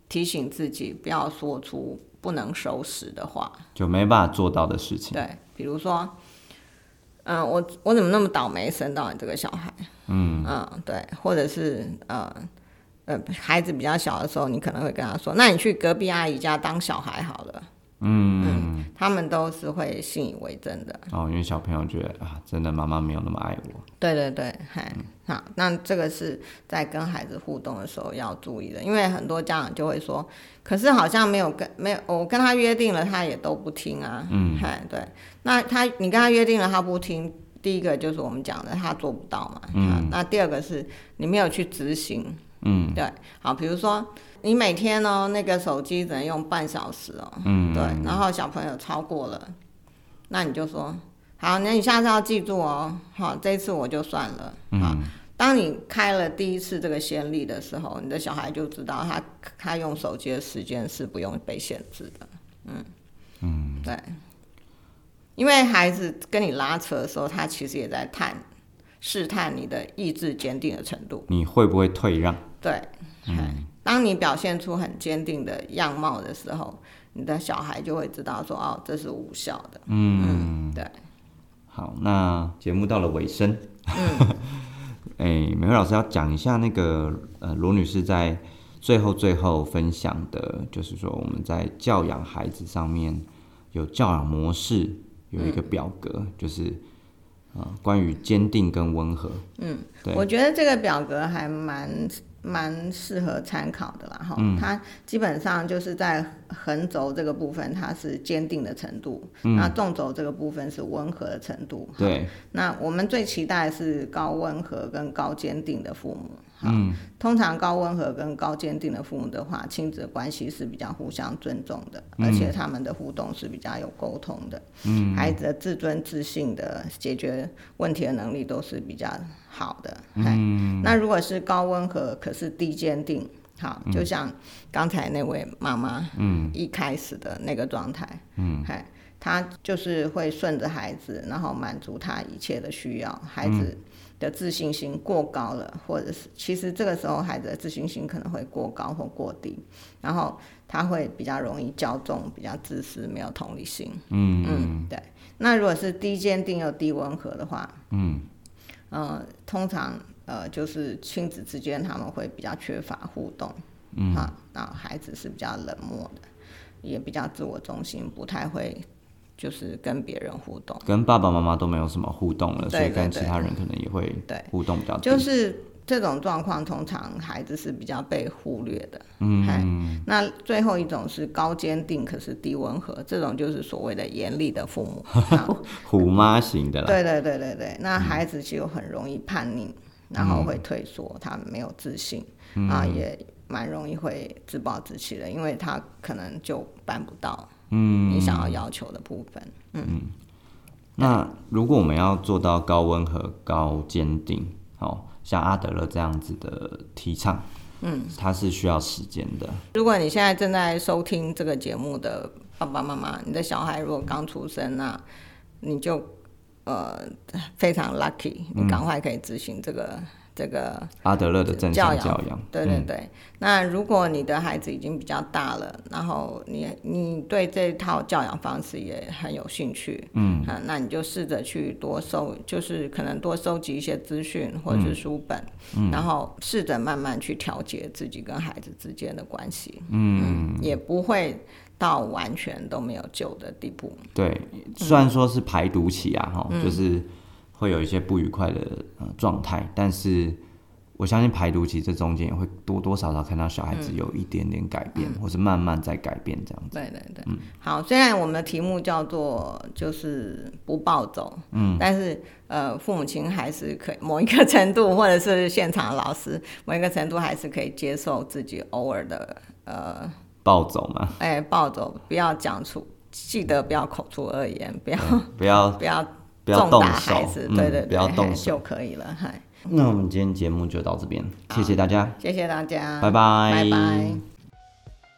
Speaker 1: 提醒自己，不要说出不能收拾的话。
Speaker 2: 就没办法做到的事情。
Speaker 1: 对，比如说，嗯、我我怎么那么倒霉生到你这个小孩？嗯对，或者是呃呃，孩子比较小的时候，你可能会跟他说，那你去隔壁阿姨家当小孩好了。嗯他们都是会信以为真的。
Speaker 2: 哦，因为小朋友觉得啊，真的妈妈没有那么爱我。
Speaker 1: 对对对，嗨，好，那这个是在跟孩子互动的时候要注意的，因为很多家长就会说，可是好像没有跟没有我跟他约定了，他也都不听啊，嗯，嗨，对，那他你跟他约定了，他不听，第一个就是我们讲的他做不到嘛，嗯，那第二个是你没有去执行，嗯，对，好，比如说你每天哦那个手机只能用半小时哦，嗯，对，然后小朋友超过了，那你就说好，那你下次要记住哦。好，这一次我就算了。好，当你开了第一次这个先例的时候，你的小孩就知道他他用手机的时间是不用被限制的。嗯嗯，对，因为孩子跟你拉扯的时候，他其实也在探试探你的意志坚定的程度。
Speaker 2: 你会不会退让？
Speaker 1: 对，嗯，当你表现出很坚定的样貌的时候，你的小孩就会知道说，哦，这是无效的。嗯，对，
Speaker 2: 好，那节目到了尾声，
Speaker 1: 嗯
Speaker 2: 哎、美惠老师要讲一下那个呃，罗女士在最后最后分享的，就是说我们在教养孩子上面有教养模式，有一个表格，
Speaker 1: 嗯
Speaker 2: 就是呃关于坚定跟温和，嗯，对，
Speaker 1: 我觉得这个表格还蛮蛮适合参考的啦，哈、它基本上就是在横轴这个部分，它是坚定的程度，那纵轴这个部分是温和的程度，
Speaker 2: 对，
Speaker 1: 那我们最期待是高温和跟高坚定的父母。嗯，通常高温和跟高坚定的父母的话，亲子关系是比较互相尊重的，而且他们的互动是比较有沟通的。嗯，孩子的自尊自信的解决问题的能力都是比较好的。嗯，那如果是高温和可是低坚定，好，就像刚才那位妈妈，嗯，一开始的那个状态，嗯，嗨。他就是会顺着孩子，然后满足他一切的需要。孩子的自信心过高了，或者是其实这个时候孩子的自信心可能会过高或过低，然后他会比较容易骄纵，比较自私，没有同理心。
Speaker 2: 嗯
Speaker 1: 嗯，对。那如果是低坚定又低温和的话，
Speaker 2: 嗯，
Speaker 1: 呃，通常呃就是亲子之间他们会比较缺乏互动，嗯，啊，那孩子是比较冷漠的，也比较自我中心，不太会就是跟别人互动。
Speaker 2: 跟爸爸妈妈都没有什么互动了，
Speaker 1: 对
Speaker 2: 所以
Speaker 1: 对
Speaker 2: 跟其
Speaker 1: 对
Speaker 2: 他人可能也会
Speaker 1: 对
Speaker 2: 互动比较低，
Speaker 1: 就是这种状况，通常孩子是比较被忽略的。嗯，那最后一种是高坚定，可是低温和，这种就是所谓的严厉的父 母。啊
Speaker 2: 虎妈型的啦，
Speaker 1: 对对对对对，那孩子就很容易叛逆，然后会退缩，他没有自信、啊，也蛮容易会自暴自弃的，因为他可能就办不到
Speaker 2: 嗯，
Speaker 1: 你想要要求的部分。
Speaker 2: 那如果我们要做到高温和高坚定，哦，像阿德勒这样子的提倡，嗯，它是需要时间的，
Speaker 1: 如果你现在正在收听这个节目的爸爸妈妈，你的小孩如果刚出生啊，你就呃非常 lucky，你赶快可以执行这个、这个
Speaker 2: 阿德勒的正
Speaker 1: 教
Speaker 2: 向
Speaker 1: 养
Speaker 2: 教养，
Speaker 1: 对对对，那如果你的孩子已经比较大了，然后你你对这套教养方式也很有兴趣，嗯、啊，那你就试着去多收，就是可能多收集一些资讯或者是书本，然后试着慢慢去调节自己跟孩子之间的关系，嗯，也不会到完全都没有救的地步，
Speaker 2: 对，虽然说是排毒期啊，哈、
Speaker 1: 嗯
Speaker 2: 就是会有一些不愉快的呃状态，但是我相信排毒期这中间也会多多少少看到小孩
Speaker 1: 嗯
Speaker 2: 子有一点点改变，或是慢慢在改变这样子。
Speaker 1: 对对对，
Speaker 2: 嗯
Speaker 1: 好，虽然我们的题目叫做就是不暴走，嗯，但是呃，父母亲还是可以某一个程度，或者是现场老师某一个程度，还是可以接受自己偶尔的呃，
Speaker 2: 暴走嘛，
Speaker 1: 哎，暴走，不要讲出，记得不要口出恶言，不要
Speaker 2: 不要
Speaker 1: 不要
Speaker 2: 不要
Speaker 1: 重
Speaker 2: 动
Speaker 1: 打
Speaker 2: 手
Speaker 1: 孩子，，
Speaker 2: 嗯
Speaker 1: 对对对，
Speaker 2: 不要动
Speaker 1: 嘿
Speaker 2: 手。
Speaker 1: 就可以了，嗨，
Speaker 2: 那我们今天节目就到这边，谢谢大家，
Speaker 1: 谢谢大家，
Speaker 2: 拜
Speaker 1: 拜
Speaker 2: 拜，
Speaker 1: 拜。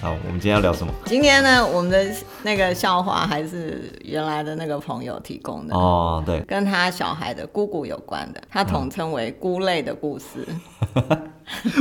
Speaker 2: 好，我们今天要聊什么？
Speaker 1: 今天呢，我们的那个笑话还是原来的那个朋友提供的。
Speaker 2: 哦，对，
Speaker 1: 跟他小孩的姑姑有关的，他
Speaker 2: 嗯
Speaker 1: 统称为姑类的故事，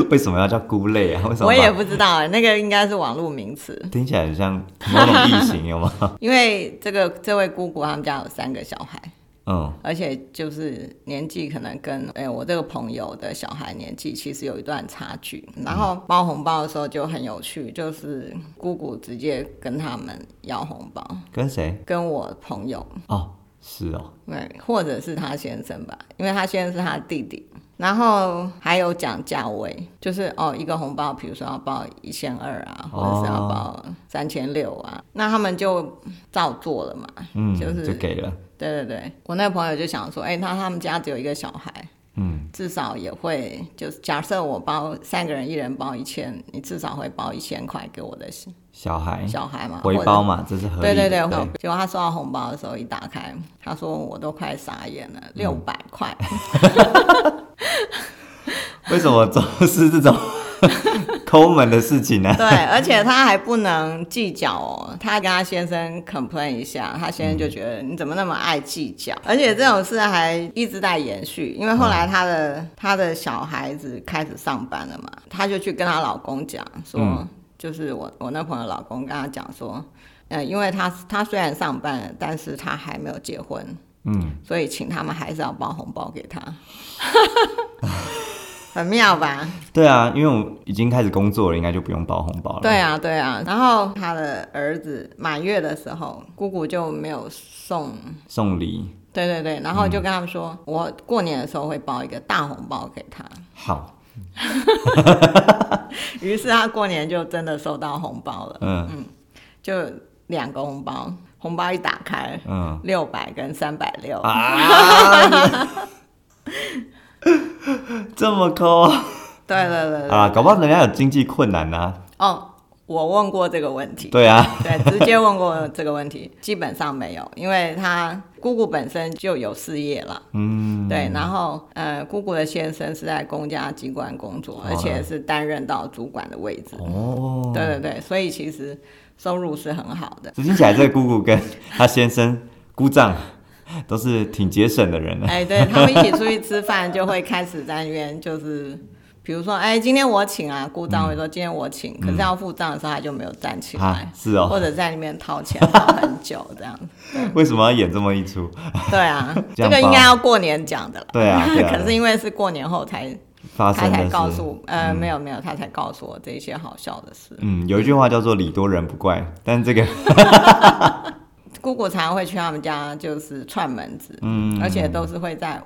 Speaker 2: 为什么要叫菇类 啊？为什么把？
Speaker 1: 我也不知道、那个应该是网络名词，
Speaker 2: 听起来很像某种异形，有吗？
Speaker 1: 因为这个这位姑姑他们家有三个小孩，
Speaker 2: 嗯，
Speaker 1: 而且就是年纪可能跟哎、我这个朋友的小孩年纪其实有一段差距，然后包红包的时候就很有趣，就是姑姑直接跟他们要红包，
Speaker 2: 跟谁？
Speaker 1: 跟我朋友
Speaker 2: 哦，是哦，
Speaker 1: 对，或者是他先生吧，因为他先生是他弟弟。然后还有讲价位，就是哦，一个红包，比如说要报一千二啊，
Speaker 2: 哦
Speaker 1: 或者是要报三千六啊，那他们就照做了嘛，
Speaker 2: 嗯，
Speaker 1: 就是
Speaker 2: 就给了，
Speaker 1: 对对对，我那个朋友就想说，哎、那他们家只有一个小孩，
Speaker 2: 嗯，
Speaker 1: 至少也会就是假设我包三个人，一人包一千，你至少会包一千块给我的
Speaker 2: 小孩
Speaker 1: 小孩嘛，
Speaker 2: 回
Speaker 1: 或者
Speaker 2: 包嘛，这是合
Speaker 1: 对
Speaker 2: 理的。
Speaker 1: 对对，我结果他收到红包的时候一打开，他说我都快傻眼
Speaker 2: 嗯
Speaker 1: 了，六百块，
Speaker 2: 为什么总 是这种抠门的事情呢、
Speaker 1: 对，而且他还不能计较哦，他还跟他先生 complain 一下，他先生就觉得你怎么那么爱计较，
Speaker 2: 嗯
Speaker 1: 而且这种事还一直在延续，因为后来他的、他的小孩子开始上班了嘛，她就去跟她老公讲说，
Speaker 2: 嗯
Speaker 1: 就是我我那朋友老公跟她讲说，呃，因为她她虽然上班了，但是她还没有结婚，
Speaker 2: 嗯，
Speaker 1: 所以请他们还是要包红包给他， 很妙吧？
Speaker 2: 对啊，因为我已经开始工作了，应该就不用包红包了。
Speaker 1: 对啊，对啊。然后他的儿子满月的时候，姑姑就没有送，
Speaker 2: 送礼
Speaker 1: 对对对，然后就跟他们说，我过年的时候会包一个大红包给 他。
Speaker 2: 好，
Speaker 1: 于是他过年就真的收到红包了，
Speaker 2: 嗯
Speaker 1: 就两个红包，红包一打开，
Speaker 2: 嗯
Speaker 1: 六百跟三百六。
Speaker 2: 啊， 这么抠
Speaker 1: 对对对对。
Speaker 2: 啊，搞不好人家有经济困难呐、啊。
Speaker 1: 哦，我问过这个问题。
Speaker 2: 对啊，
Speaker 1: 对，直接问过这个问题，基本上没有，因为她姑姑本身就有事业了，
Speaker 2: 嗯，
Speaker 1: 对，然后呃，姑姑的先生是在公家机关工作，而且是担任到主管的位置，
Speaker 2: 哦，。
Speaker 1: 对对对，所以其实收入是很好的
Speaker 2: 听起来这个姑姑跟她先生姑丈都是挺节省的人呢。啊
Speaker 1: 哎，对他们一起出去吃饭，就会开始在那边就是。比如说，哎，今天我请啊，姑丈会说今天我请，可是要付账的时候他就没有站起来
Speaker 2: 嗯啊，，是哦，
Speaker 1: 或者在那边掏 钱掏很久这样子。
Speaker 2: 为什么要演这么一出？
Speaker 1: 对 啊，这
Speaker 2: 这样
Speaker 1: 个应
Speaker 2: 吧
Speaker 1: 该要过年讲的了。
Speaker 2: 对 啊，对啊
Speaker 1: 可是因为是过年后才，
Speaker 2: 发
Speaker 1: 他
Speaker 2: 生
Speaker 1: 才
Speaker 2: 的
Speaker 1: 告
Speaker 2: 事。
Speaker 1: 诉我，呃，没有没有，他才告诉我这些好笑的事。
Speaker 2: 嗯，有一句话叫做“礼多人不怪”，但这个
Speaker 1: 姑姑常常会去他们家，就是串门子，
Speaker 2: 嗯
Speaker 1: 而且都是会在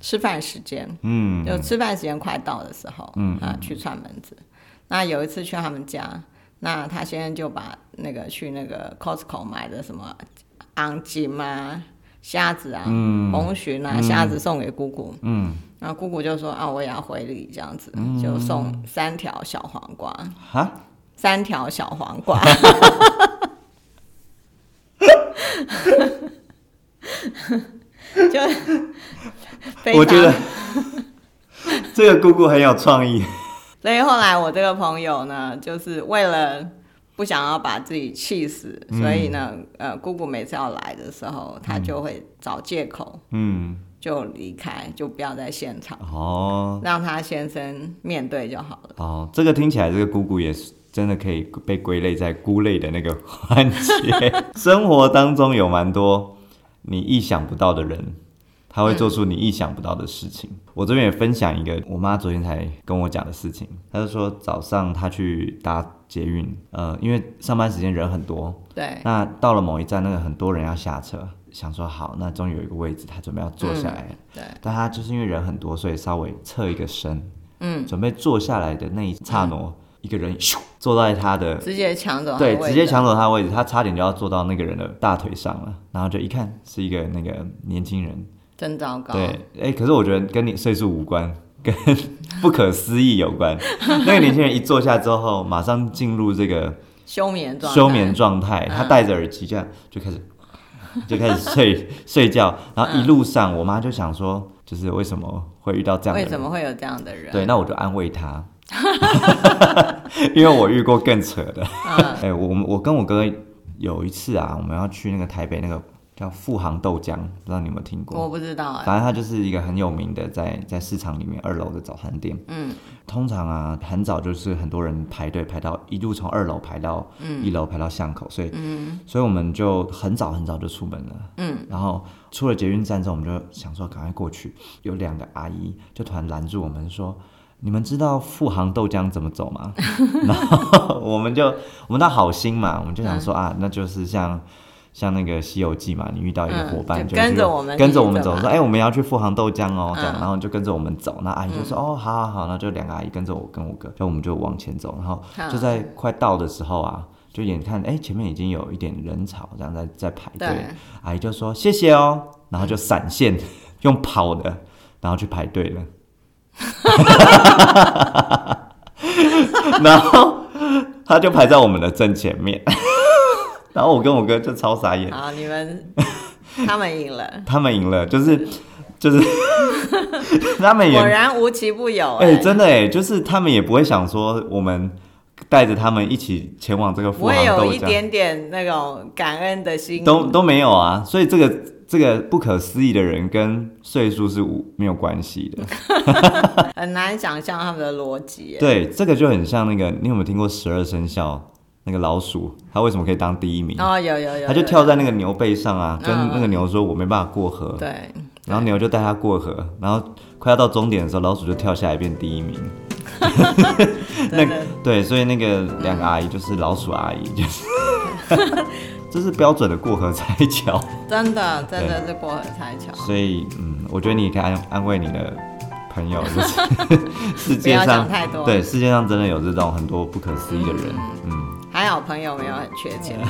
Speaker 1: 吃饭时间，
Speaker 2: 嗯
Speaker 1: 就吃饭时间快到的时候，嗯啊，去串门子。那有一次去他们家，那他先生就把那个去那个 Costco 买的什么昂金啊、虾子啊、
Speaker 2: 嗯
Speaker 1: 红鲟啊、虾子送给姑姑，
Speaker 2: 嗯
Speaker 1: 然后姑姑就说啊，我也要回礼这样子，就送三条小黄瓜，
Speaker 2: 哈，
Speaker 1: 三条小黄瓜。就非常
Speaker 2: 我觉得 这个姑姑很有创意。
Speaker 1: 所以后来我这个朋友呢，就是为了不想要把自己气死，
Speaker 2: 嗯
Speaker 1: 所以呢，呃，姑姑每次要来的时候，她就会找借口
Speaker 2: 嗯，
Speaker 1: 就离开，就不要在现场，
Speaker 2: 哦
Speaker 1: 让她先生面对就好了。
Speaker 2: 哦，这个听起来这个姑姑也是真的可以被归类在菇类的那个 环节。生活当中有蛮多你意想不到的人。他会做出你意想不到的事情。我这边也分享一个我妈昨天才跟我讲的事情，她就说早上她去搭捷运，呃，因为上班时间人很多，
Speaker 1: 对，
Speaker 2: 那到了某一站，那个很多人要下车，想说好，那终于有一个位置，他准备要坐下来了。
Speaker 1: 对，
Speaker 2: 但他就是因为人很多，所以稍微侧一个身，嗯，准备坐下来的那一刹那，一个人咻坐在他的
Speaker 1: 直接抢走她
Speaker 2: 对，
Speaker 1: 的位
Speaker 2: 直接
Speaker 1: 置
Speaker 2: 抢走他的位置，他差点就要坐到那个人的大腿上了。然后就一看是一个那个年轻人，
Speaker 1: 真糟糕。
Speaker 2: 对，哎、可是我觉得跟你岁数无关，跟 不可思议有关。那个年轻人一坐下之后，马上进入这个。
Speaker 1: 休眠状态，嗯
Speaker 2: 休眠状态，他戴着耳机这样就开始 就开始睡 睡觉，然后一路上我妈就想说，就是为什么会遇到这样的
Speaker 1: 为
Speaker 2: 人？
Speaker 1: 什么会有这样的人？
Speaker 2: 对，那我就安慰她， 因为我遇过更扯的。
Speaker 1: 嗯
Speaker 2: 哎、我们我跟我哥有一次啊，我们要去那个台北那个叫富航豆浆，不知道你有没有听过？
Speaker 1: 我不知道哎、
Speaker 2: 反正它就是一个很有名的在在市场里面二楼的早餐店。
Speaker 1: 嗯，
Speaker 2: 通常啊，很早就是很多人排队排到一路从二楼排到
Speaker 1: 嗯
Speaker 2: 一楼排到巷口，所以，所以我们就很早很早就出门了。嗯，然后出了捷运站之后，我们就想说赶快过去。有两个阿姨就突然拦住我们说。你们知道富航豆浆怎么走吗？ 然后我们就我们那好心嘛，我们就想
Speaker 1: 嗯
Speaker 2: 说、啊，那就是像像那个《西游记》嘛，你遇到一个
Speaker 1: 嗯
Speaker 2: 伙伴、
Speaker 1: 就
Speaker 2: 会
Speaker 1: 跟
Speaker 2: 去
Speaker 1: 着我们
Speaker 2: 跟着
Speaker 1: 一
Speaker 2: 我们
Speaker 1: 起走
Speaker 2: 走，
Speaker 1: 嘛
Speaker 2: 说哎、我们要去富航豆浆哦，这样，
Speaker 1: 嗯
Speaker 2: 然后你就跟着我们走。那阿姨就说、哦，好好好，那就两个阿姨跟着我跟我哥，就我们就往前走，然后
Speaker 1: 嗯
Speaker 2: 就在快到的时候啊，就眼看哎、前面已经有一点人潮，这样在在排队
Speaker 1: 对，
Speaker 2: 阿姨就说谢谢哦，然后就闪现用跑的，然后去排队了， 然后他就排在我们的正前面， 然后我跟我哥就超傻眼，
Speaker 1: 好，你 们他们赢了，
Speaker 2: 他们赢了，就是就是 他们哎也
Speaker 1: 果然无奇不有、
Speaker 2: 哎、
Speaker 1: 哎、
Speaker 2: 真的哎、就是他们也不会想说我们带着他们一起前往这个富
Speaker 1: 我
Speaker 2: 航
Speaker 1: 也有
Speaker 2: 豆
Speaker 1: 一
Speaker 2: 浆，
Speaker 1: 点点那种感恩的心，
Speaker 2: 都都没有啊。所以这个这个不可思议的人跟岁数是无没有关系的。
Speaker 1: 很难想象他们的逻 辑、哎
Speaker 2: 对，这个就很像那个，你有没有听过十二生肖那个老鼠，它为什么可以当第一名？
Speaker 1: 哦，有有有有，
Speaker 2: 它就跳在那个牛背上啊，跟
Speaker 1: 嗯
Speaker 2: 那个牛说：“我没办法过河。”
Speaker 1: 对，
Speaker 2: 然后牛就带它过河，然后快要到终点的时候，老鼠就跳下来变第 一名。那
Speaker 1: 真的
Speaker 2: 对，所以那个两个阿姨就是老鼠阿姨，就是 这是标准的过河拆桥。
Speaker 1: 真的真的是过河拆桥，
Speaker 2: 所以嗯，我觉得你也可以安安慰你的朋友，就是 世
Speaker 1: 不
Speaker 2: 界
Speaker 1: 要
Speaker 2: 上
Speaker 1: 想太多，
Speaker 2: 对世界上真的有这种很多不可思议的人，嗯。
Speaker 1: 还好朋友没有很缺钱。